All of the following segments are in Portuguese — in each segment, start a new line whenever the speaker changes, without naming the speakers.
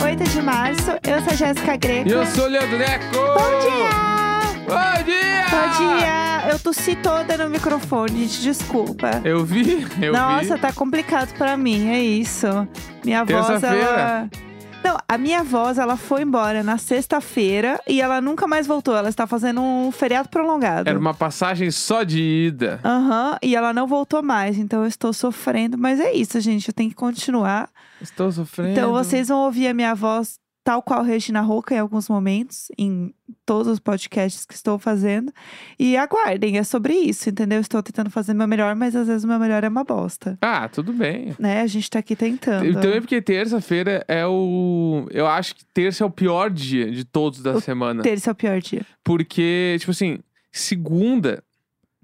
um é de março. Eu sou a Jéssica Greco.
E eu sou o Leandro Neco!
Bom dia!
Bom dia!
Bom dia! Eu tossi toda no microfone, gente, desculpa.
Eu vi, eu
Nossa,
vi.
tá complicado pra mim, é isso. Minha voz, ela...
Terça-feira.
Não, a minha voz, ela foi embora na sexta-feira e ela nunca mais voltou. Ela está fazendo um feriado prolongado.
Era uma passagem só de ida.
Aham, e ela não voltou mais, então eu estou sofrendo. Mas é isso, gente, eu tenho que continuar.
Estou sofrendo.
Então vocês vão ouvir a minha voz tal qual Regina Roca em alguns momentos, em todos os podcasts que estou fazendo. E aguardem, é sobre isso, entendeu? Estou tentando fazer meu melhor, mas às vezes o meu melhor é uma bosta.
Ah, tudo bem.
Né? A gente tá aqui tentando.
E Também porque terça-feira é o. Eu acho que terça é o pior dia de todos da
O
semana.
Terça é o pior dia.
Porque, tipo assim, segunda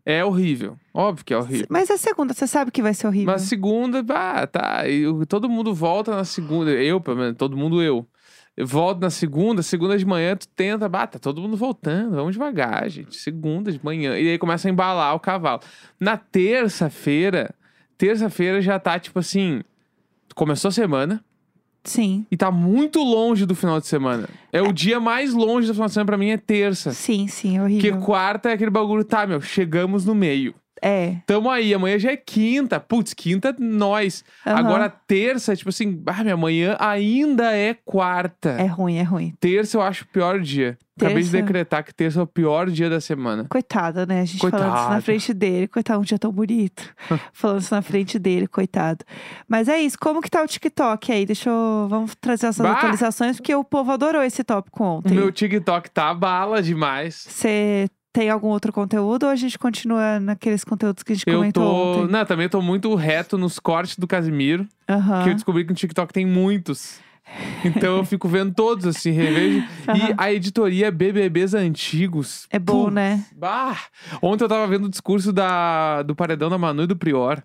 é horrível. Óbvio que é horrível.
Mas é segunda, você sabe que vai ser horrível.
Mas segunda, ah, tá. e o- todo mundo volta na segunda. Eu, pelo menos, todo mundo eu. Eu volto na segunda, segunda de manhã, tu tenta, ah, tá todo mundo voltando, vamos devagar, gente. Segunda de manhã. E aí começa a embalar o cavalo. Na terça-feira, terça-feira já tá tipo assim. Começou a semana
Sim.
e tá muito longe do final de semana. É o dia mais longe do final de semana pra mim é terça.
Sim, sim, é
Porque
horrível.
quarta é aquele bagulho, tá, meu, chegamos no meio.
É.
Tamo aí, amanhã já é quinta. Putz, quinta, nós.
aham.
Agora, terça, tipo assim, ah, minha manhã ainda é quarta.
É ruim, é ruim.
Terça eu acho o pior dia. Acabei de
Terça?
decretar que terça é o pior dia da semana.
Coitada, né? A gente falando isso na
Coitada.
frente dele. Coitado, um dia tão bonito. falando isso na frente dele, coitado. Mas é isso. Como que tá o TikTok aí? Deixa eu... Vamos trazer essas
Bah!
atualizações, porque o povo adorou esse tópico
O
ontem.
meu TikTok tá bala demais.
Você tem algum outro conteúdo ou a gente continua naqueles conteúdos que a gente
Eu
comentou
tô.
ontem?
Não, também eu tô muito reto nos cortes do Casimiro,
Aham.
que eu descobri que no TikTok tem muitos. Então eu fico vendo todos, assim, revejo. E
Aham.
a editoria BBBs Antigos.
É bom,
putz,
né?
Bah! Ontem eu tava vendo o discurso da, do Paredão da Manu e do Prior.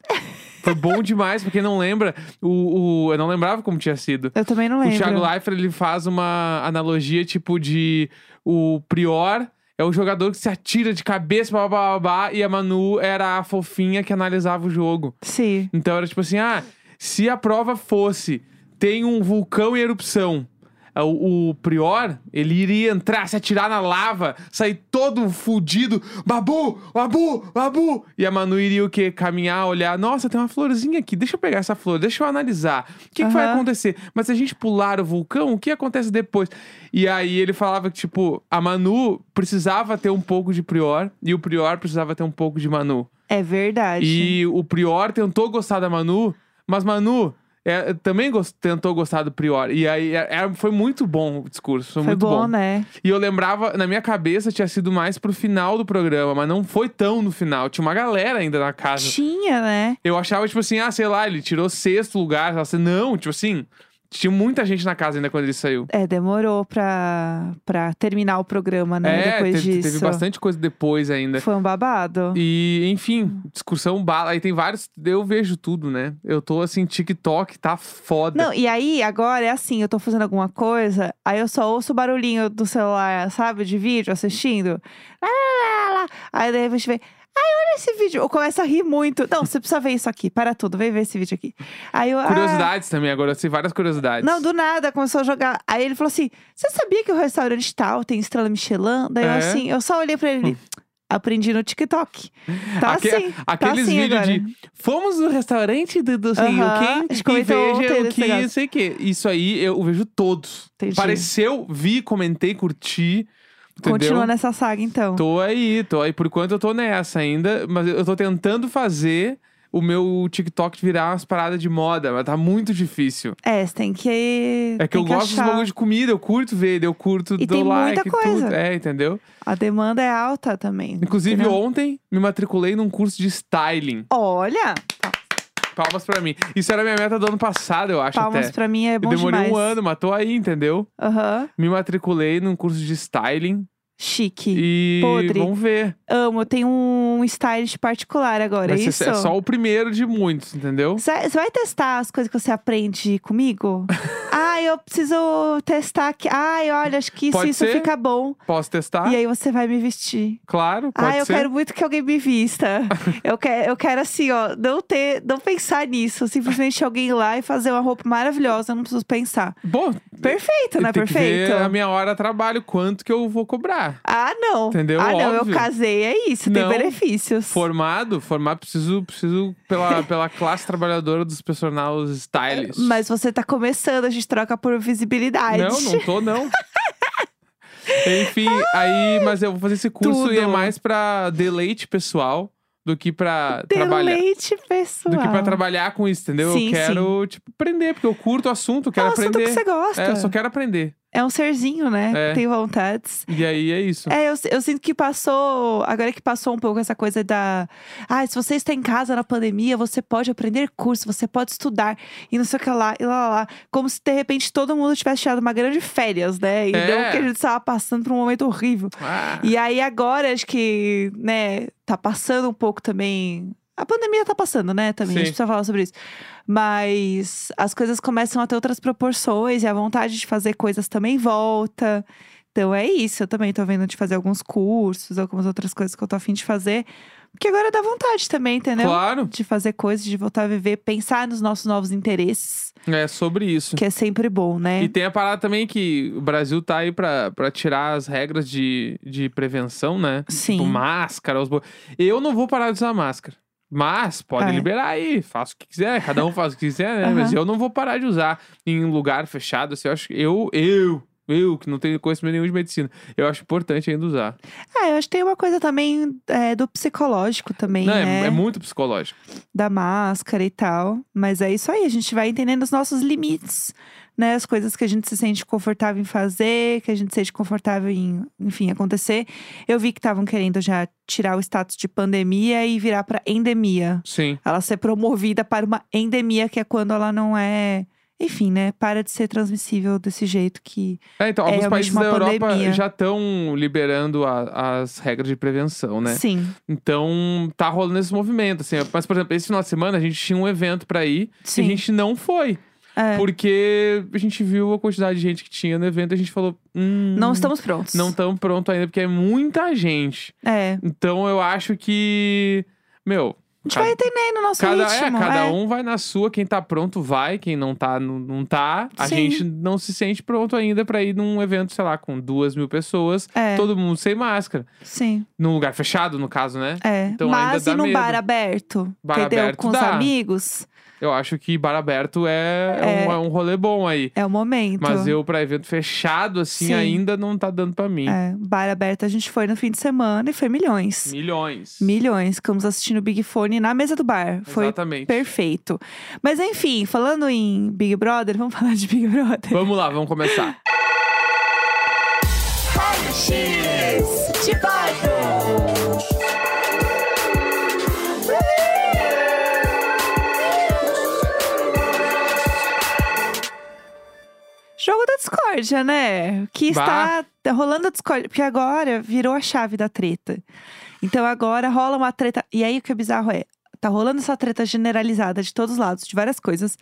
Foi bom demais, pra quem não lembra, o, o- eu não lembrava como tinha sido.
Eu também não
O
lembro.
Thiago Leifert, ele faz uma analogia, tipo, de o Prior é o jogador que se atira de cabeça, blá, blá, blá, blá, e a Manu era a fofinha que analisava o jogo.
Sim.
Então era tipo assim, ah, se a prova fosse, tem um vulcão em erupção. ah, O, o Prior, ele iria entrar, se atirar na lava, sair todo fudido, babu, babu, babu. E a Manu iria o quê? Caminhar, olhar, nossa, tem uma florzinha aqui, deixa eu pegar essa flor, deixa eu analisar. O que, que vai
Aham.
acontecer? Mas se a gente pular o vulcão, o que acontece depois? E aí ele falava que, tipo, a Manu precisava ter um pouco de Prior e o Prior precisava ter um pouco de Manu.
É verdade.
E o Prior tentou gostar da Manu, mas Manu é, também gos- tentou gostar do Prior. E aí é- é- foi muito bom o discurso, foi,
Foi
muito
bom,
bom.
né?
E eu lembrava, na minha cabeça tinha sido mais pro final do programa, mas não foi tão no final. Tinha uma galera ainda na casa.
Tinha, né?
Eu achava, tipo assim, ah, sei lá, ele tirou sexto lugar. Assim, não, tipo assim, tinha muita gente na casa ainda quando ele saiu.
É, demorou pra, pra terminar o programa, né?
é,
Depois
teve,
disso.
teve bastante coisa depois ainda.
Foi um babado.
E,
Hum.
enfim, discussão bala. Aí tem vários. Eu vejo tudo, né? Eu tô assim, TikTok tá foda.
Não, e aí agora é assim, eu tô fazendo alguma coisa, aí eu só ouço o barulhinho do celular, sabe? De vídeo assistindo. Lá, lá, lá, lá. Aí daí a gente vê. Ai, olha esse vídeo. Eu começo a rir muito. Não, você precisa ver isso aqui. Para tudo, vem ver esse vídeo aqui. Aí eu. ah,
Curiosidades também, agora eu sei várias curiosidades.
Não, do nada, começou a jogar. Aí ele falou assim: Você sabia que o restaurante tal tem estrela Michelin? Daí eu
É?
assim, eu só olhei pra ele. ele, Aprendi no TikTok. Tá
Aque-
assim. tá
Aqueles
assim
vídeos
agora.
de fomos no restaurante do, do senhor
Aham,
quem
a gente comentou
e
ontem
veja o
desse
que
negócio.
sei o que. Isso aí eu vejo todos.
Entendi.
Apareceu, vi, comentei, curti. Entendeu?
Continua nessa saga, então.
Tô aí, tô aí. Por enquanto eu tô nessa ainda, mas eu tô tentando fazer o meu TikTok virar umas paradas de moda, mas tá muito difícil.
É, você tem que.
É que
tem
eu gosto
achar.
dos bagulho de comida, eu curto ver, eu curto
E
dou
tem
like,
muita coisa. Uhum.
tudo. É, entendeu?
A demanda é alta também.
Inclusive,
entendeu?
ontem me matriculei num curso de styling.
Olha,
Palmas pra mim. Isso era minha meta do ano passado, eu acho
palmas
até.
pra mim é
eu
bom
demorei
demais.
um ano, mas tô aí, entendeu?
Aham.
Me matriculei num curso de styling
Chique.
e
podre.
vamos ver.
Amo, eu tenho um stylist particular agora, é
Mas
isso?
esse é só o primeiro de muitos, entendeu?
Você você vai testar as coisas que você aprende comigo? ah, eu preciso testar aqui. Ai, olha, acho que isso,
Pode
isso
ser?
fica bom.
Posso testar?
E aí você vai me vestir.
Claro, pode
Ah, eu
ser.
quero muito que alguém me vista. eu, quero, eu quero, assim, ó, não ter, não pensar nisso. Simplesmente alguém ir lá e fazer uma roupa maravilhosa, eu não preciso pensar.
Bom,
Perfeito, não é
tem que ver
perfeito?
a minha hora trabalho, quanto que eu vou cobrar.
Ah, não.
Entendeu?
Ah, não,
Óbvio.
eu casei, é isso, tem
Não.
benefícios.
Formado, formado, preciso, preciso pela, pela classe trabalhadora dos personagens stylists.
Mas você tá começando, a gente troca por visibilidade.
Não, não tô, não. Enfim, aí, mas eu vou fazer esse curso e é
Ah, Tudo.
mais pra deleite pessoal do que pra trabalhar.
Deleite, pessoal.
Do que pra trabalhar com isso, entendeu? eu
Sim,
quero, tipo, aprender, porque eu curto o assunto, eu
É
quero
um assunto
aprender.
que você gosta.
É, eu só quero aprender.
É um serzinho, né?
É.
Tem vontades.
E aí é isso.
É, eu, eu sinto que passou. Agora que passou um pouco essa coisa da. Ah, se você está em casa na pandemia, você pode aprender curso, você pode estudar e não sei o que lá, e lá, lá, lá. Como se de repente todo mundo tivesse tirado uma grande férias, né? E
É.
não que a gente estava passando por um momento horrível.
Ah,
E aí agora, acho que, né, tá passando um pouco também. A pandemia tá passando, né, também. A
Sim.
gente precisa falar sobre isso. Mas as coisas começam a ter outras proporções e a vontade de fazer coisas também volta. Então é isso. Eu também tô vendo de fazer alguns cursos, algumas outras coisas que eu tô afim de fazer. Porque agora dá vontade também, entendeu?
claro,
De fazer coisas, de voltar a viver, pensar nos nossos novos interesses,
é sobre isso.
que é sempre bom, né?
E tem a parada também que o Brasil tá aí pra, pra tirar as regras de, de prevenção, né?
Sim.
Tipo, máscara, os bo... Eu não vou parar de usar máscara. Mas pode
Ah, é.
liberar aí, faça o que quiser, cada um faz o que quiser, né? Mas
Aham.
eu não vou parar de usar em um lugar fechado. Assim, eu acho que eu, eu, eu, que não tenho conhecimento nenhum de medicina, eu acho importante ainda usar.
Ah, eu acho que tem uma coisa também é, do psicológico também,
não,
né?
é, é muito psicológico.
da máscara e tal. Mas é isso aí, a gente vai entendendo os nossos limites, né? As coisas que a gente se sente confortável em fazer, que a gente se sente confortável em, enfim, acontecer. Eu vi que estavam querendo já tirar o status de pandemia e virar pra endemia.
Sim.
Ela ser promovida para uma endemia, que é quando ela não é. Enfim, né? Para de ser transmissível desse jeito que.
É, então,
É
alguns
realmente
países
uma
da Europa
pandemia.
já estão liberando a- as regras de prevenção, né?
Sim,
Então, tá rolando esse movimento, assim. Mas, por exemplo, esse final de semana a gente tinha um evento pra ir e a
sim.
gente não foi.
É.
Porque a gente viu a quantidade de gente que tinha no evento e a gente falou: hum,
Não estamos prontos.
não tão pronto ainda, porque é muita gente.
É.
Então, eu acho que. Meu.
A gente
cada-
vai entendendo o nosso
Cada, é,
ritmo.
cada
é.
um vai na sua, quem tá pronto vai, quem não tá, não, não tá. A
Sim.
gente não se sente pronto ainda pra ir num evento, sei lá, com duas mil pessoas,
É,
todo mundo sem máscara.
sim.
Num lugar fechado, no caso, né?
É,
Então
mas
ainda dá
e num
medo.
bar aberto,
Bar
entendeu?
aberto
Com os
dá.
amigos,
Eu acho que bar aberto é, é
É.
um, é um rolê bom aí.
é o momento.
Mas eu, pra evento fechado, assim,
Sim.
ainda não tá dando pra mim.
É, bar aberto a gente foi no fim de semana e foi milhões.
Milhões.
Milhões. Ficamos assistindo Big Fone na mesa do bar. Foi
Exatamente.
perfeito. Mas enfim, falando em Big Brother, vamos falar de Big Brother.
Vamos lá, vamos começar.
Jogo da discórdia, né? Que
Bah.
está rolando a discórdia. Porque agora virou a chave da treta. Então agora rola uma treta. E aí o que é bizarro é. Tá rolando essa treta generalizada de todos os lados, de várias coisas.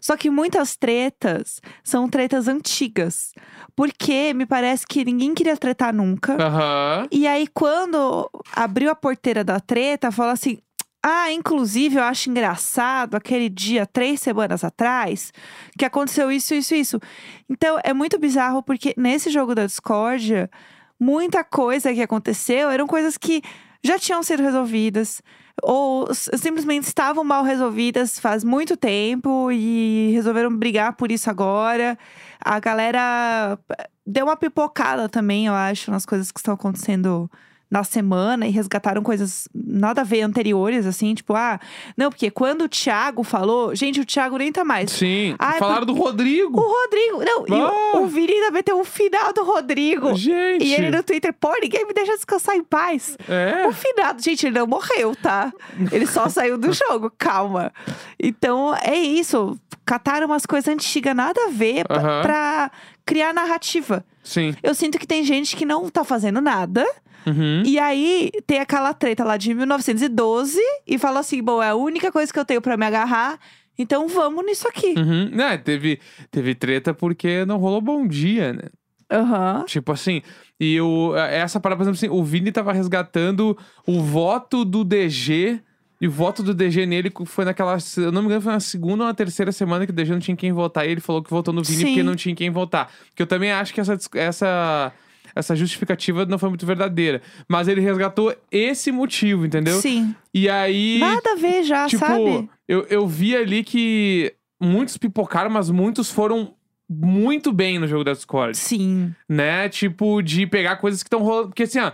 Só que muitas tretas são tretas antigas. Porque me parece que ninguém queria tretar
Tá.
nunca.
Aham.
E aí, quando abriu a porteira da treta, fala assim. Ah, inclusive, eu acho engraçado aquele dia, três semanas atrás, que aconteceu isso, isso, isso. Então, é muito bizarro, porque nesse jogo da discórdia, muita coisa que aconteceu eram coisas que já tinham sido resolvidas. Ou s- simplesmente estavam mal resolvidas faz muito tempo e resolveram brigar por isso agora. A galera eh, deu uma pipocada também, eu acho, nas coisas que estão acontecendo na semana e resgataram coisas nada a ver anteriores, assim, tipo, ah, não, porque quando o Thiago falou, gente, o Thiago nem tá mais.
Sim.
Ah, é
Falaram do
O
Rodrigo.
Rodrigo, não, e
Ah!
o, o Vini ainda meteu o final do Rodrigo.
Gente.
E ele no Twitter, pô, ninguém me deixa descansar em paz.
É.
O finado, gente, ele não morreu, tá? Ele só saiu do jogo, calma. Então, é isso. Cataram umas coisas antigas, nada a ver, pra,
Aham.
pra criar narrativa.
Sim.
Eu sinto que tem gente que não tá fazendo nada.
Uhum.
E aí, tem aquela treta lá de 1912 e fala assim: bom, é a única coisa que eu tenho pra me agarrar, então vamos nisso aqui.
Uhum. Né, teve, teve treta porque não rolou bom dia, né?
Aham.
Tipo assim, e é, o, essa parada, por exemplo, assim, o Vini tava resgatando o voto do DG E o voto do DG nele foi naquela. se Eu não me engano, foi na segunda ou na terceira semana que o DG não tinha quem votar. E ele falou que votou no Vini
Sim.
porque não tinha quem votar. Que eu também acho que essa, dis- essa, essa justificativa não foi muito verdadeira. Mas ele resgatou esse motivo, entendeu?
Sim.
E aí.
Nada a ver já,
tipo,
sabe?
Eu, eu vi ali que muitos pipocaram, mas muitos foram muito bem no jogo da Discord
Sim.
né? Tipo, de pegar coisas que estão rolando. Porque assim, ó,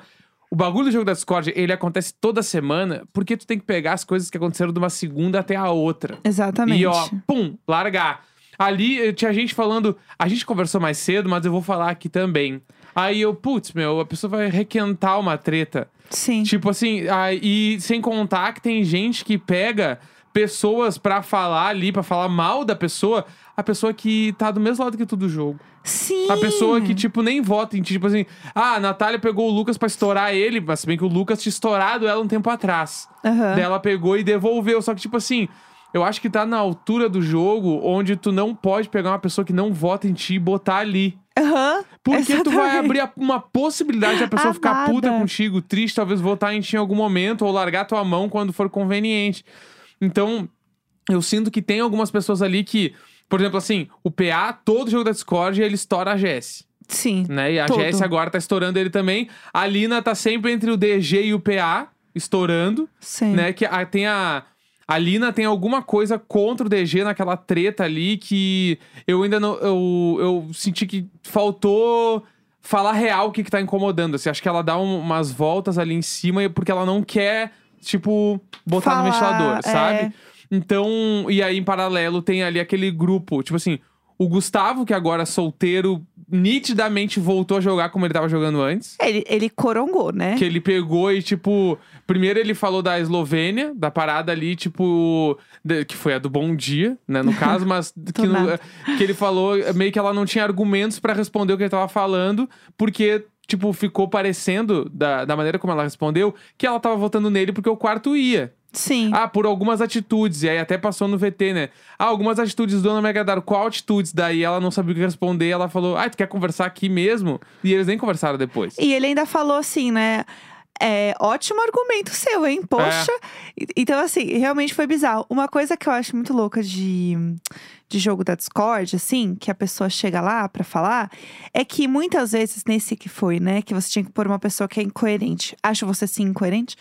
o bagulho do jogo da Discord, ele acontece toda semana, porque tu tem que pegar as coisas que aconteceram de uma segunda até a outra.
Exatamente.
E ó, pum, largar. Ali eh, tinha gente falando, a gente conversou mais cedo, mas eu vou falar aqui também. Aí eu, putz, meu, a pessoa vai requentar uma treta.
Sim.
Tipo assim, aí- e sem contar que tem gente que pega pessoas pra falar ali, pra falar mal da pessoa, a pessoa que tá do mesmo lado que tu do jogo.
Sim.
A pessoa
Hum.
que, tipo, nem vota em ti. Tipo assim, ah, a Natália pegou o Lucas pra estourar ele, mas se bem que o Lucas tinha estourado ela um tempo atrás.
Aham.
Daí ela pegou e devolveu. Só que, tipo assim, eu acho que tá na altura do jogo onde tu não pode pegar uma pessoa que não vota em ti e botar ali.
Aham.
Porque tu vai
Exatamente.
abrir a- uma possibilidade da pessoa ficar
Amada.
puta contigo, triste, talvez votar em ti em algum momento, ou largar tua mão quando for conveniente. Então, eu sinto que tem algumas pessoas ali que, por exemplo, assim, o PA, todo jogo da Discord, ele estoura a GS
Sim.
né? E a
Todo.
Jess agora tá estourando ele também. A Lina tá sempre entre o DG e o PA, estourando,
Sim.
né? Que a, tem a. A Lina tem alguma coisa contra o DG naquela treta ali que eu ainda não. Eu, eu senti que faltou falar real o que, que tá incomodando. Assim, acho que ela dá um- umas voltas ali em cima e- porque ela não quer, tipo, botar
Falar,
no ventilador,
é.
sabe? Então, e aí em paralelo tem ali aquele grupo, tipo assim, o Gustavo, que agora é solteiro, nitidamente voltou a jogar como ele tava jogando antes.
Ele, ele corongou, né?
Que ele pegou e, tipo, primeiro ele falou da Eslovênia, da parada ali, tipo, de- que foi a do Bom Dia, né, no caso, mas que, no-
nada.
que ele falou, eh, meio que ela não tinha argumentos pra responder o que ele tava falando, porque, tipo, ficou parecendo, da, da maneira como ela respondeu, que ela tava votando nele porque o quarto ia.
Sim.
Ah, por algumas atitudes. E aí até passou no VT, né? Ah, algumas atitudes do Ana me agradaram. Qual atitudes? Daí ela não sabia o que responder. Ela falou, ah, tu quer conversar aqui mesmo? E eles nem conversaram depois.
E ele ainda falou assim, né? É, ótimo argumento seu, hein? Poxa. E- Então, assim, realmente foi bizarro. Uma coisa que eu acho muito louca de, de jogo da Discord, assim, que a pessoa chega lá pra falar, é que muitas vezes, nesse que foi, né? Que você tinha que pôr uma pessoa que é incoerente. Acho você sim incoerente.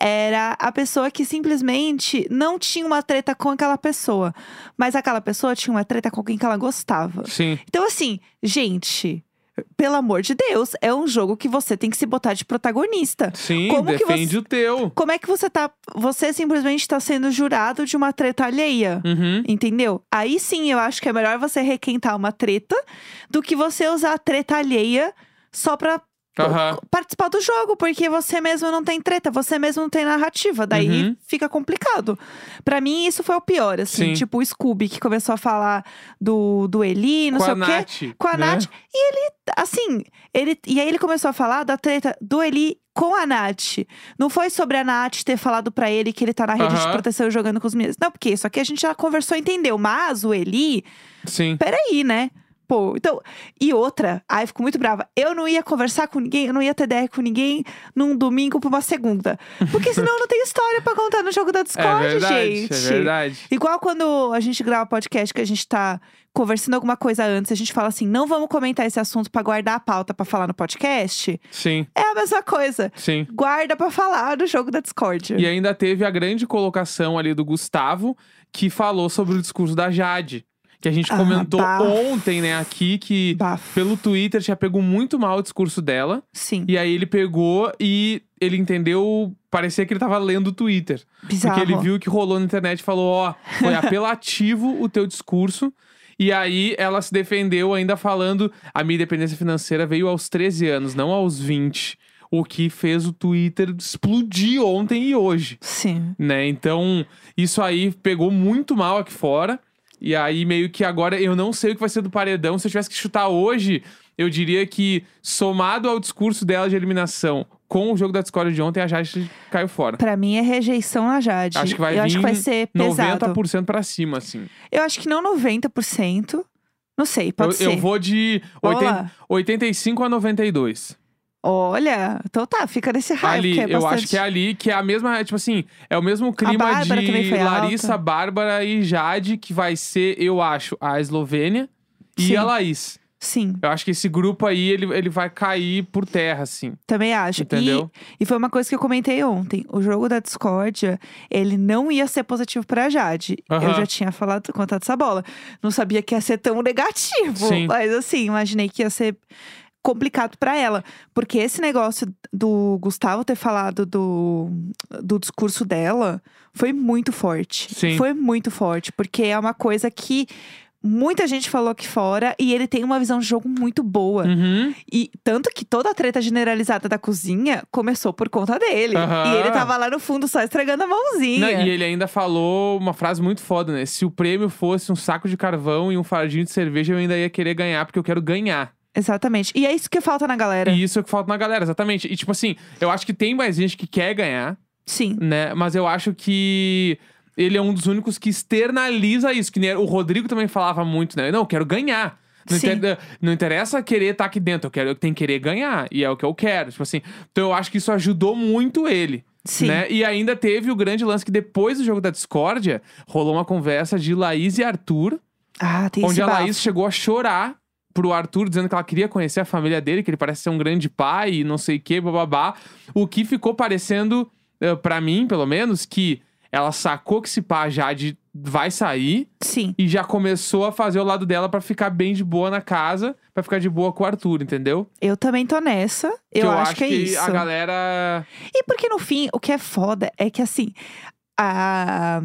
Era a pessoa que simplesmente não tinha uma treta com aquela pessoa. Mas aquela pessoa tinha uma treta com alguém que ela gostava.
Sim.
Então, assim, gente, pelo amor de Deus, é um jogo que você tem que se botar de protagonista.
Sim,
Como que
defende
você-
o teu.
Como é que você tá. Você simplesmente tá sendo jurado de uma treta alheia.
Uhum.
Entendeu? Aí sim, eu acho que é melhor você requentar uma treta do que você usar a treta alheia só pra
Aham.
participar do jogo, porque você mesmo não tem treta, você mesmo não tem narrativa, daí
Uhum.
fica complicado. Pra mim, isso foi o pior, assim,
Sim.
tipo o Scooby que começou a falar do, do Eli, não
Com
sei
a
o quê.
Nath.
Com a
né?
Nath. E ele, assim, ele. E aí ele começou a falar da treta do Eli com a Nath. Não foi sobre a Nath ter falado pra ele que ele tá na rede de
Aham.
proteção jogando com os meninos. Não, porque isso aqui a gente já conversou e entendeu. Mas o Eli,
Sim.
peraí, né? Pô, então. E outra, ai, fico muito brava. Eu não ia conversar com ninguém, eu não ia ter DR com ninguém num domingo pra uma segunda. Porque senão não tem história pra contar no jogo da Discord,
é verdade,
gente.
é verdade.
Igual quando a gente grava podcast que a gente tá conversando alguma coisa antes, a gente fala assim: não vamos comentar esse assunto pra guardar a pauta pra falar no podcast.
Sim,
É a mesma coisa.
sim.
Guarda pra falar no jogo da Discord.
E ainda teve a grande colocação ali do Gustavo, que falou sobre o discurso da Jade. Que a gente
Ah,
comentou
bafo.
ontem, né, aqui, que
Bafo.
pelo Twitter tinha pego muito mal o discurso dela.
Sim.
E aí ele pegou e ele entendeu. Parecia que ele tava lendo o Twitter.
Bizarro.
Porque ele viu o que rolou na internet e falou: Ó, foi apelativo o teu discurso. E aí ela se defendeu ainda falando: a minha independência financeira veio aos 13 anos, não aos 20. O que fez o Twitter explodir ontem e hoje.
Sim.
Né? Então, isso aí pegou muito mal aqui fora. E aí, meio que agora eu não sei o que vai ser do paredão. Se eu tivesse que chutar hoje, eu diria que, somado ao discurso dela de eliminação com o jogo da Discord de ontem, a Jade caiu fora.
Pra mim é rejeição na Jade.
Acho que vai
Eu acho que
vir
vai ser pesado.
90% pra cima, assim.
Eu acho que não 90%. Não sei,
Eu,
pode ser.
eu vou de
Vamos
80
lá.
85 a 92.
Olha, então tá, fica nesse raio.
ali,
porque é
eu acho
bastante-
que é ali que é a mesma, tipo assim, é o mesmo clima
Bárbara também
de
foi alta.
Larissa, Bárbara e Jade, que vai ser, eu acho, a Eslovênia
Sim.
e a Laís.
Sim,
Eu acho que esse grupo aí, ele, ele vai cair por terra, assim.
também acho. E-
Entendeu?
E, foi uma coisa que eu comentei ontem. O jogo da discórdia, ele não ia ser positivo pra Jade. Eu
Aham.
já tinha falado, contado essa bola. Não sabia que ia ser tão negativo.
Sim.
Mas assim, imaginei que ia ser complicado pra ela. Porque esse negócio do Gustavo ter falado do, do discurso dela foi muito forte.
Sim.
Foi muito forte, porque é uma coisa que muita gente falou aqui fora e ele tem uma visão de jogo muito boa.
Uhum.
E tanto que toda a treta generalizada da cozinha começou por conta dele.
Aham.
E ele tava lá no fundo só estragando a mãozinha.
Não, e ele ainda falou uma frase muito foda, né? Se o prêmio fosse um saco de carvão e um fardinho de cerveja, eu ainda ia querer ganhar, porque eu quero ganhar.
Exatamente. E é isso que falta na galera.
E isso é o que falta na galera, exatamente. E tipo assim, eu acho que tem mais gente que quer ganhar,
Sim.
né? Mas eu acho que ele é um dos únicos que externaliza isso. Que nem o Rodrigo também falava muito, né? Não, eu quero ganhar. Não,
Sim.
inter- não interessa querer estar aqui dentro, eu quero eu tenho que querer ganhar. E é o que eu quero. Tipo assim, então eu acho que isso ajudou muito ele.
Sim.
Né? E ainda teve o grande lance que depois do jogo da discórdia, rolou uma conversa de Laís e Arthur,
Ah, tem
onde
esse
a
bafo.
Laís chegou a chorar pro Arthur, dizendo que ela queria conhecer a família dele, que ele parece ser um grande pai e não sei o que, bababá. O que ficou parecendo, eh, pra mim, pelo menos, que ela sacou que se pá a Jade vai sair
Sim.
e já começou a fazer o lado dela pra ficar bem de boa na casa, pra ficar de boa com o Arthur, entendeu?
Eu também tô nessa. Eu,
que eu
acho que é isso.
a galera.
E porque no fim, o que é foda é que assim, a,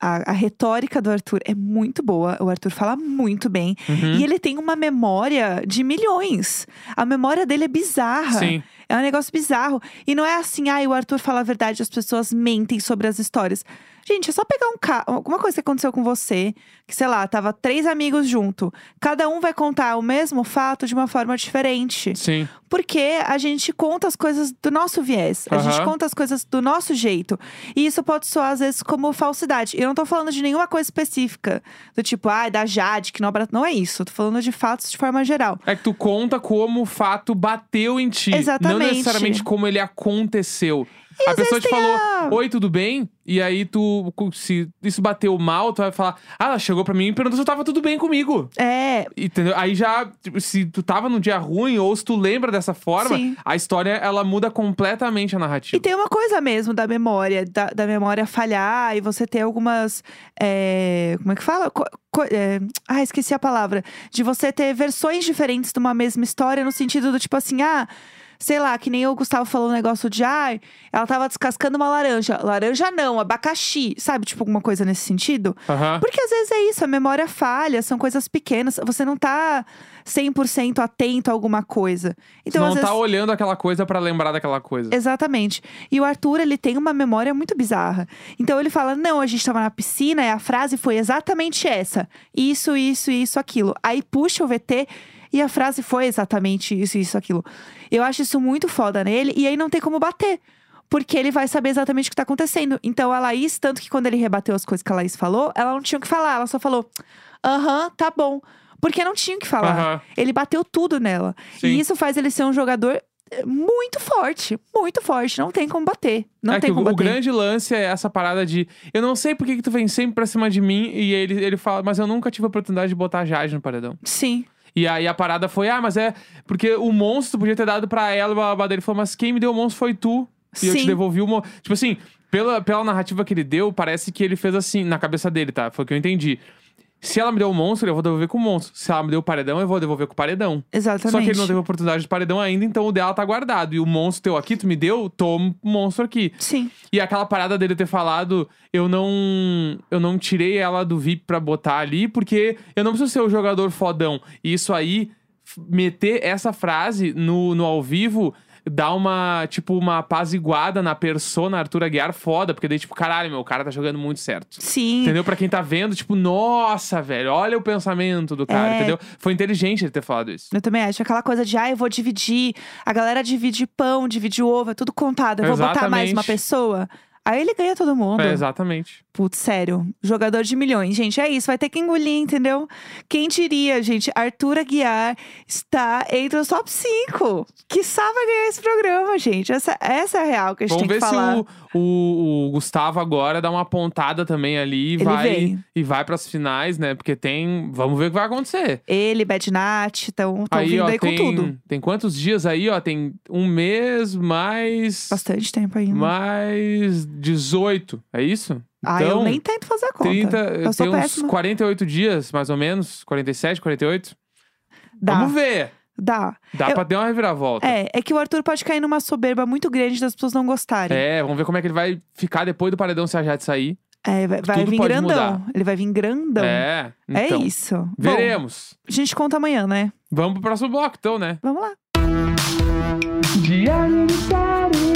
a, a retórica do Arthur é muito boa. O Arthur fala muito bem.
Uhum.
E ele tem uma memória de milhões. A memória dele é bizarra.
Sim.
É um negócio bizarro. E não é assim, ai, o Arthur fala a verdade, as pessoas mentem sobre as histórias. Gente, é só pegar um ca... alguma coisa que aconteceu com você, que sei lá, tava três amigos junto. Cada um vai contar o mesmo fato de uma forma diferente.
Sim.
Porque a gente conta as coisas do nosso viés, a gente
Aham.
conta as coisas do nosso jeito. E isso pode soar, às vezes, como falsidade. Eu não tô falando de nenhuma coisa específica, do tipo, ah, da Jade, que não abra. Não é isso. Eu tô falando de fatos de forma geral.
É que tu conta como o fato bateu em ti. Não
Exatamente.
necessariamente como ele aconteceu. a
às
pessoa
vezes
te
tem
falou,
a-
oi, tudo bem? E aí tu, se isso bateu mal, tu vai falar, ah, ela chegou pra mim e perguntou se eu tava tudo bem comigo.
É,
Entendeu? Aí já, tipo, se tu tava num dia ruim ou se tu lembra dessa forma,
Sim.
a história, ela muda completamente a narrativa.
E tem uma coisa mesmo da memória, da, da memória falhar e você ter algumas. é, como é que fala? Co- co- é, ah, esqueci a palavra. De você ter versões diferentes de uma mesma história, no sentido do tipo assim, ah. Sei lá, que nem o Gustavo falou um negócio de ai, ela tava descascando uma laranja. Laranja não, abacaxi. Sabe, tipo, alguma coisa nesse sentido?
Aham.
Porque às vezes é isso, a memória falha, são coisas pequenas. Você não tá 100% atento a alguma coisa. Então,
não
às
tá
vezes...
olhando aquela coisa pra lembrar daquela coisa.
Exatamente. E o Arthur, ele tem uma memória muito bizarra. Então ele fala: não, a gente tava na piscina e a frase foi exatamente essa. Isso, isso, isso, aquilo. Aí puxa o VT e a frase foi exatamente isso, isso, aquilo. Eu acho isso muito foda nele e aí não tem como bater. Porque ele vai saber exatamente o que tá acontecendo. Então a Laís, tanto que quando ele rebateu as coisas que a Laís falou, ela não tinha o que falar. Ela só falou: aham, tá bom. Porque não tinha o que falar.
Aham.
Ele bateu tudo nela.
Sim.
E isso faz ele ser um jogador eh, muito forte, muito forte. Não tem como bater. Não
é
tem
que o,
como
o
bater.
grande lance é essa parada de eu não sei por que que tu vem sempre pra cima de mim e ele, ele fala, mas eu nunca tive a oportunidade de botar a Jade no paredão.
Sim,
E aí a parada foi, ah, mas é porque o monstro podia ter dado pra ela, blá, blá, blá. Daí ele falou, mas quem me deu o monstro foi tu. E eu
Sim.
te devolvi o monstro. Tipo assim, pela, pela narrativa que ele deu, parece que ele fez assim, na cabeça dele, tá? Foi o que eu entendi. Se ela me deu o monstro, eu vou devolver com o monstro. Se ela me deu o paredão, eu vou devolver com o paredão.
exatamente.
Só que ele não teve oportunidade de paredão ainda, então o dela tá guardado. E o monstro teu aqui, tu me deu, toma o monstro aqui.
Sim,
E aquela parada dele ter falado, eu não, eu não tirei ela do VIP pra botar ali, porque eu não preciso ser o jogador fodão. E isso aí, f- meter essa frase no, no ao vivo, dá uma, tipo, uma apaziguada na persona Arthur Aguiar foda, porque daí, tipo, caralho, meu, o cara tá jogando muito certo.
sim.
Entendeu? Pra quem tá vendo, tipo, nossa, velho, olha o pensamento do cara,
É.
entendeu? Foi inteligente ele ter falado isso.
Eu também acho aquela coisa de, ah, eu vou dividir. A galera divide pão, divide ovo, é tudo contado. Eu vou botar mais
Exatamente.
uma pessoa. Aí ele ganha todo mundo.
É, exatamente.
Putz, sério. Jogador de milhões. Gente, é isso. Vai ter que engolir, entendeu? Quem diria, gente? Arthur Aguiar está entre os top 5. Que vai ganhar esse programa, gente. Essa, essa é a real que a gente
Vamos
tem
ver
que falar.
se o, o, o Gustavo agora dá uma pontada também ali e
Ele
vai,
vem.
e vai pras finais, né? Porque tem. Vamos ver o que vai acontecer.
Ele, Bad Nat, estão
aí,
vindo
ó,
aí
tem,
com tudo.
tem quantos dias aí, ó? Tem um mês mais.
Bastante tempo né? ainda.
Mais 18, é isso?
ah,
então,
eu nem tento fazer a conta.
30,
eu sou
tem uns
péssima.
48 dias, mais ou menos. 47, 48.
Dá,
Vamos ver.
dá.
Dá
Eu-
pra ter uma reviravolta.
É, é que o Arthur pode cair numa soberba muito grande das pessoas não gostarem.
É, vamos ver como é que ele vai ficar depois do paredão se a Jade sair.
É, vai, vai
Tudo
vir
pode
grandão. Ele vai vir grandão.
é,
É
então.
isso. Bom,
Veremos.
a gente conta amanhã, né?
Vamos pro próximo bloco, então, né?
Vamos lá.
Diário de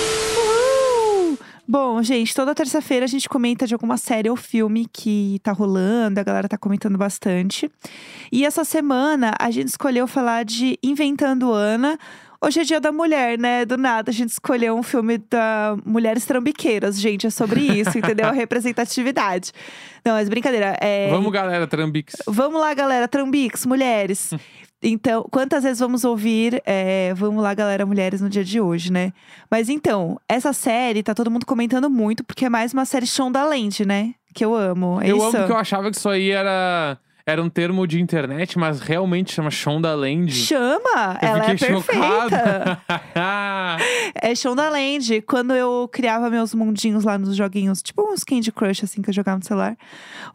Uhul! Bom, gente, toda terça-feira a gente comenta de alguma série ou filme que tá rolando, a galera tá comentando bastante. E essa semana a gente escolheu falar de Inventando Ana. Hoje é dia da mulher, né? Do nada a gente escolheu um filme da Mulheres Trambiqueiras, gente. É sobre isso, entendeu? A representatividade. Não, mas brincadeira. É...
Vamos, galera, Trambix.
Vamos lá, galera, Trambix,
Hum.
mulheres. Então, quantas vezes vamos ouvir é, Vamos lá, galera, mulheres no dia de hoje, né? Mas então, essa série tá todo mundo comentando muito, porque é mais uma série Shondaland, né? Que eu amo. É
eu
isso.
amo porque eu achava que isso aí era, era um termo de internet, mas realmente chama Shondaland.
Chama!
Eu
ela é
fiquei
perfeita.
chocado.
É Shondaland. Quando eu criava meus mundinhos lá nos joguinhos, tipo uns Candy Crush, assim, que eu jogava no celular,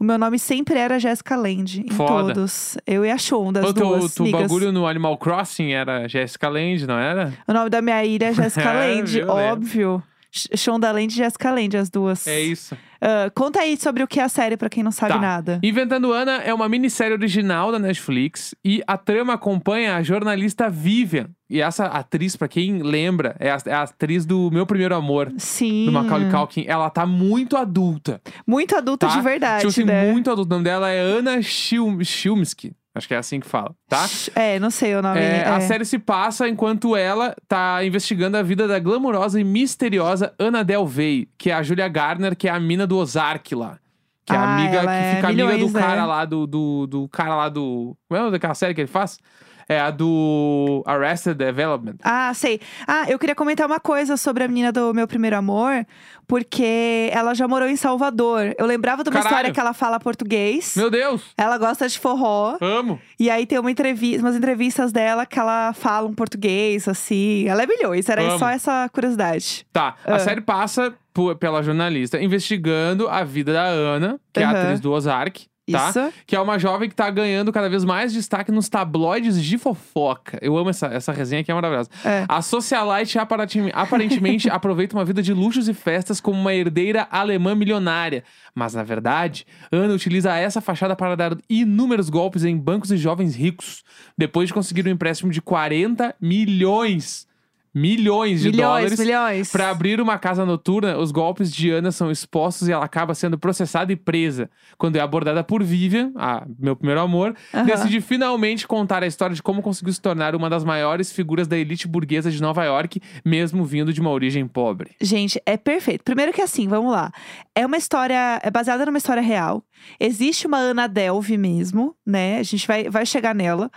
o meu nome sempre era Jessica Land. Em
Foda.
todos. Eu e a Shonda, as
o teu,
duas.
teu
migas.
bagulho no Animal Crossing era Jessica Land, não era?
O nome da minha ilha é Jessica
É,
Land,
viu, né?
óbvio. Sh- Shonda Land e Jessica Land, as duas.
É isso.
Ah, conta aí sobre o que é a série, pra quem não sabe
Tá.
nada.
Inventando Ana é uma minissérie original da Netflix e a trama acompanha a jornalista Vivian. E essa atriz, pra quem lembra, é a, é a atriz do Meu Primeiro Amor,
Sim.
do Macaulay Culkin. Ela tá muito adulta,
Muito adulta
tá?
de verdade,
tipo assim,
né?
muito adulta. O nome dela é Ana Shil- Shilmsky. Acho que é assim que fala, tá?
Sh- É, não sei o nome.
É,
é.
A série se passa enquanto ela tá investigando a vida da glamurosa e misteriosa Ana Delvey, que é a Julia Garner, que é a mina do Ozark lá. Que é a
Ah,
amiga
ela
que
é
fica amiga do
milhões, né?
cara lá, do, do, do cara lá do. Como é o nome daquela série que ele faz? É a do Arrested Development.
Ah, sei. Ah, eu queria comentar uma coisa sobre a menina do Meu Primeiro Amor, porque ela já morou em Salvador. Eu lembrava de uma
Caralho.
história que ela fala português.
Meu Deus!
Ela gosta de forró.
Amo!
E aí tem uma entrevista, umas entrevistas dela que ela fala um português, assim. Ela é milhões, era
Amo.
só essa curiosidade.
Tá, a
Ah.
série passa por- pela jornalista investigando a vida da Ana, que é a
Aham.
atriz do Ozark. Tá?
Isso.
que é uma jovem que tá ganhando cada vez mais destaque nos tabloides de fofoca. Eu amo essa, essa resenha aqui, é maravilhosa.
É.
A socialite aparati- aparentemente aproveita uma vida de luxos e festas como uma herdeira alemã milionária. Mas, na verdade, Ana utiliza essa fachada para dar inúmeros golpes em bancos e jovens ricos, depois de conseguir um empréstimo de 40 milhões. Milhões de
milhões,
dólares.
milhões.
Pra abrir uma casa noturna, os golpes de Ana são expostos e ela acaba sendo processada e presa. Quando é abordada por Vivian, a meu primeiro amor,
Aham.
decide finalmente contar a história de como conseguiu se tornar uma das maiores figuras da elite burguesa de Nova York, mesmo vindo de uma origem pobre.
Gente, é perfeito. Primeiro que assim, vamos lá. É uma história, é baseada numa história real. Existe uma Ana Delve mesmo, né? A gente vai, vai chegar nela.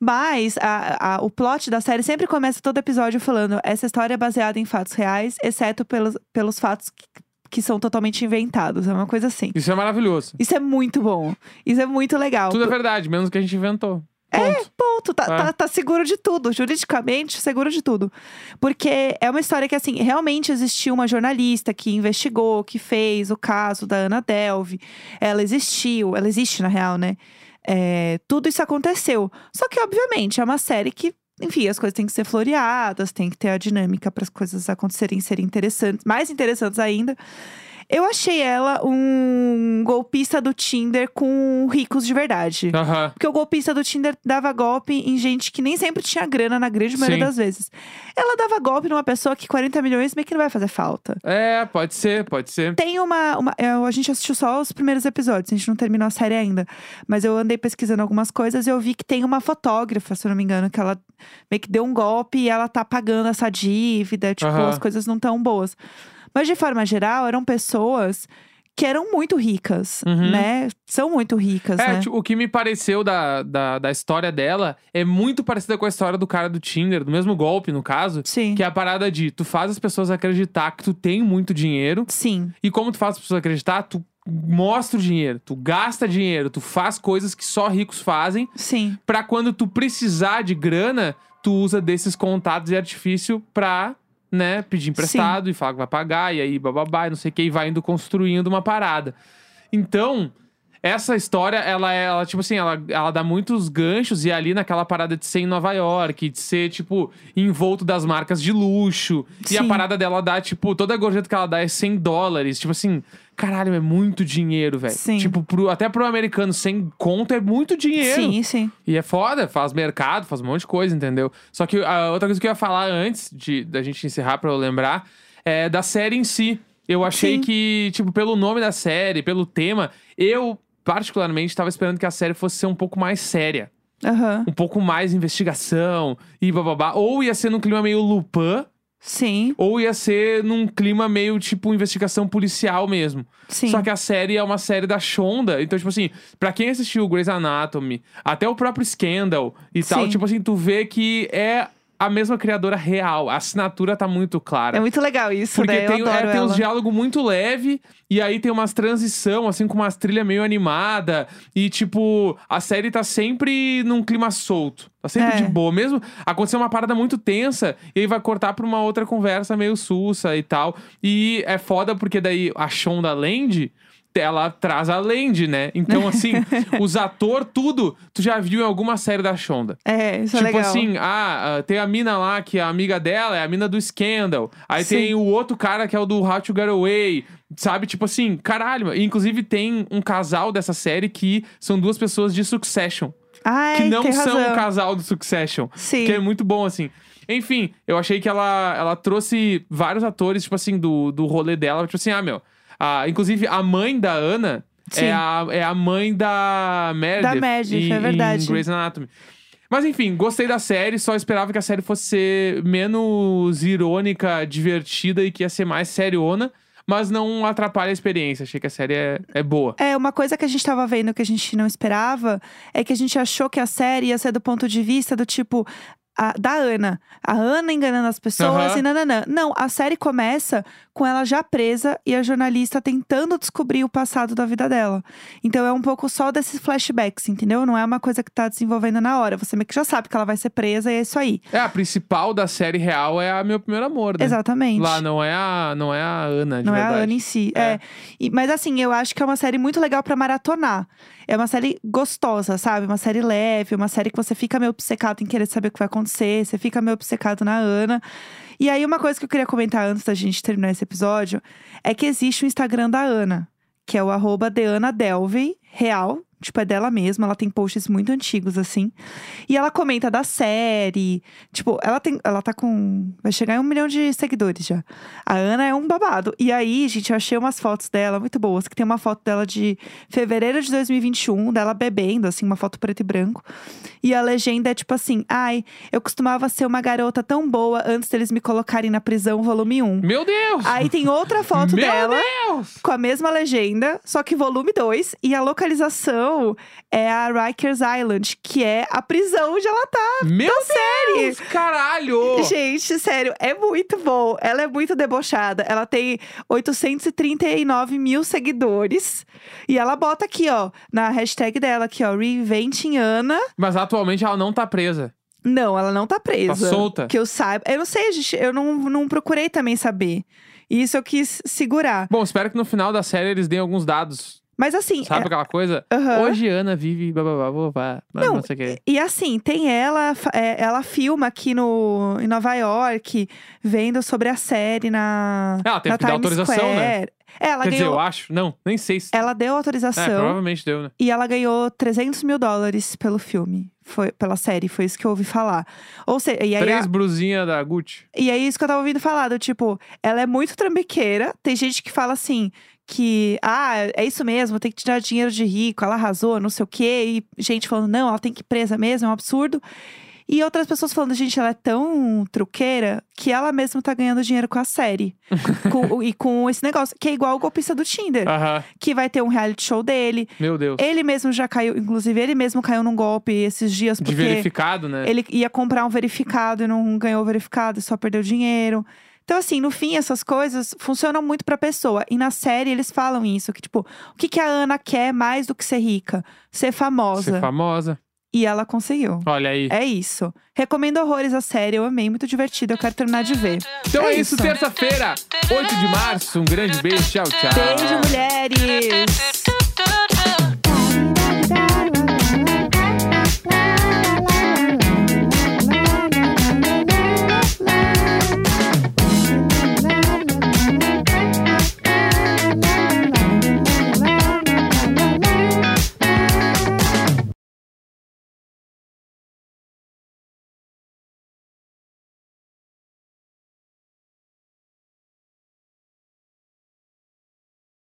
Mas a- a- o plot da série sempre começa todo episódio falando essa história é baseada em fatos reais, exceto pelos, pelos fatos que, que são totalmente inventados. É uma coisa assim.
Isso é maravilhoso.
Isso é muito bom. Isso é muito legal.
Tudo é verdade, menos o que a gente inventou. Ponto.
Ponto. Tá,
É.
tá- tá seguro de tudo, juridicamente seguro de tudo. Porque é uma história que, assim, realmente existiu uma jornalista que investigou, que fez o caso da Ana Delve. Ela existiu, ela existe na real, né? É, tudo isso aconteceu. Só que, obviamente, é uma série que, enfim, as coisas têm que ser floreadas, tem que ter a dinâmica para as coisas acontecerem serem interessantes, mais interessantes ainda. Eu achei ela um golpe golpista do Tinder com ricos de verdade.
Aham.
Porque o golpista do Tinder dava golpe em gente que nem sempre tinha grana, na grande maioria
Sim.
das vezes. Ela dava golpe numa pessoa que 40 milhões meio que não vai fazer falta.
É, pode ser, pode ser.
Tem uma. uma- eu- a gente assistiu só os primeiros episódios, a gente não terminou a série ainda. Mas eu andei pesquisando algumas coisas e eu vi que tem uma fotógrafa, se eu não me engano, que ela meio que deu um golpe e ela tá pagando essa dívida. Tipo,
Aham.
as coisas não tão boas. Mas de forma geral, eram pessoas que eram muito ricas,
Uhum.
né? São muito ricas,
É,
né?
tipo, o que me pareceu da, da, da história dela é muito parecida com a história do cara do Tinder, do mesmo golpe, no caso.
Sim.
Que é a parada de tu faz as pessoas acreditar que tu tem muito dinheiro.
Sim.
E como tu faz as pessoas acreditar, tu mostra o dinheiro, tu gasta dinheiro, tu faz coisas que só ricos fazem.
Sim.
Pra quando tu precisar de grana, tu usa desses contatos e artifício pra, né, pedir emprestado e falar que vai pagar, e aí bababá, e não sei o que, e vai indo construindo uma parada. Então, essa história, ela, é- ela tipo assim, ela, ela dá muitos ganchos, e é ali naquela parada de ser em Nova York, de ser, tipo, envolto das marcas de luxo, e a
Sim.
parada dela dá, tipo, toda a gorjeta que ela dá é 100 dólares, tipo assim. Caralho, é muito dinheiro, velho.
Sim.
Tipo, pro, até pro americano sem conto é muito dinheiro.
Sim, sim.
E é foda, faz mercado, faz um monte de coisa, entendeu? Só que a outra coisa que eu ia falar antes de da gente encerrar pra eu lembrar é da série em si. Eu achei
Sim.
que, tipo, pelo nome da série, pelo tema, eu particularmente tava esperando que a série fosse ser um pouco mais séria,
Aham.
um pouco mais investigação e bababá, ou ia ser num clima meio Lupin,
Sim,
ou ia ser num clima meio tipo investigação policial mesmo.
sim.
Só que a série é uma série da Shonda. Então, tipo assim, pra quem assistiu Grey's Anatomy, até o próprio Scandal e tal,
Sim.
tipo assim, tu vê que é a mesma criadora real. A assinatura tá muito clara.
É muito legal isso,
Porque
né? Eu
tem, é,
adoro
tem uns
ela.
diálogos muito leve e aí tem umas transição, assim, com umas trilhas meio animada. E, tipo, a série tá sempre num clima solto. Tá sempre
É.
de boa. Mesmo aconteceu uma parada muito tensa e aí vai cortar pra uma outra conversa meio sussa e tal. E é foda porque daí a Shonda Land... Ela traz a Land, né? Então, assim, os atores, tudo, tu já viu em alguma série da Shonda.
É, isso
Tipo
é legal.
assim, ah, ah, tem a mina lá que é a amiga dela, é a mina do Scandal. Aí
Sim.
tem o outro cara que é o do How to Get Away. Sabe, tipo assim, caralho. mano. Inclusive tem um casal dessa série que são duas pessoas de Succession.
Ai,
que não
É, tem
são
razão.
o casal do Succession.
Sim.
Que é muito bom, assim. Enfim, eu achei que ela, ela trouxe vários atores, tipo assim, do, do rolê dela. Tipo assim, ah, meu. ah, inclusive, a mãe da Ana
Sim.
é a, é a mãe da Meredith.
Meredith,
em-
é verdade.
Em Grey's Anatomy. Mas enfim, gostei da série, só esperava que a série fosse ser menos irônica, divertida e que ia ser mais seriona. Mas não atrapalha a experiência. Achei que a série é, é boa.
É, uma coisa que a gente tava vendo que a gente não esperava é que a gente achou que a série ia ser do ponto de vista do tipo. a- da Ana. A Ana enganando as pessoas
Aham.
e nananã. Não, a série começa com ela já presa e a jornalista tentando descobrir o passado da vida dela. Então é um pouco só desses flashbacks, entendeu? Não é uma coisa que tá desenvolvendo na hora. Você meio que já sabe que ela vai ser presa e é isso aí.
É, a principal da série real é a Meu Primeiro Amor, né?
Exatamente.
Lá não é a, não é a Ana, de
Não
verdade.
é a Ana em si.
É.
É. E- mas assim, eu acho que é uma série muito legal pra maratonar. É uma série gostosa, sabe? Uma série leve, uma série que você fica meio obcecado em querer saber o que vai acontecer, você fica meio obcecado na Ana. E aí, uma coisa que eu queria comentar antes da gente terminar esse episódio é que existe o Instagram da Ana, que é o arroba de Ana Delvey, real. Tipo, é dela mesma, ela tem posts muito antigos, assim. E ela comenta da série. Tipo, ela tem. Ela tá com. Vai chegar em um milhão de seguidores já. A Ana é um babado. E aí, gente, eu achei umas fotos dela muito boas. Que tem uma foto dela de fevereiro de 2021, dela bebendo, assim, uma foto preto e branco. E a legenda é tipo assim: Ai, eu costumava ser uma garota tão boa antes deles me colocarem na prisão, volume 1.
Meu Deus!
Aí tem outra foto
Meu
dela
Deus!
com a mesma legenda, só que volume 2. E a localização é a Rikers Island, que é a prisão onde ela tá.
Meu
série.
Deus! Caralho!
Gente, sério, é muito bom. Ela é muito debochada. Ela tem 839 mil seguidores. E ela bota aqui, ó, na hashtag dela aqui, ó, Reinventing Ana.
Mas atualmente ela não tá presa.
Não, ela não tá presa.
solta?
Que eu saiba. Eu não sei, gente. Eu não, não procurei também saber. Isso eu quis segurar.
Bom, espero que no final da série eles deem alguns dados.
Mas assim.
Sabe aquela coisa?
é- aham.
Hoje Ana vive bababá, babá, mas não,
Não,
sei o quê.
E assim, tem ela, fa- é, ela filma aqui no, em Nova York, vendo sobre a série na.
Ela teve
na
Ah, que
Times
dar autorização, né?
Square. É, Ela
Quer dizer,
ganhou.
eu acho. Não, nem sei se.
Ela deu
É,
autorização
provavelmente deu, né?
e ela ganhou 300 mil dólares pelo filme. Foi, pela série, foi isso que eu ouvi falar. Ou seja, e aí, a-
Três brusinhas da Gucci.
e é isso que eu tava ouvindo falar, do tipo, ela é muito trambiqueira. Tem gente que fala assim, que, ah, é isso mesmo, tem que tirar dinheiro de rico, ela arrasou, não sei o quê. E gente falando, não, ela tem que ir presa mesmo, é um absurdo. E outras pessoas falando, gente, ela é tão truqueira que ela mesma tá ganhando dinheiro com a série. Com- e com esse negócio, que é igual o golpista do Tinder,
Aham.
que vai ter um reality show dele.
Meu Deus.
Ele mesmo já caiu, inclusive, ele mesmo caiu num golpe esses dias,
De
porque
verificado, né?
ele ia comprar um verificado e não ganhou o verificado e só perdeu dinheiro. Então, assim, no fim, essas coisas funcionam muito pra pessoa. E na série eles falam isso: que, tipo, o que, que a Ana quer mais do que ser rica? Ser famosa.
Ser famosa.
E ela conseguiu.
Olha aí.
É isso. Recomendo horrores a série, eu amei, muito divertido, eu quero terminar de ver.
Então é,
É
isso,
isso.
terça-feira, 8 de março. Um grande beijo. Tchau, tchau.
Beijo, mulheres!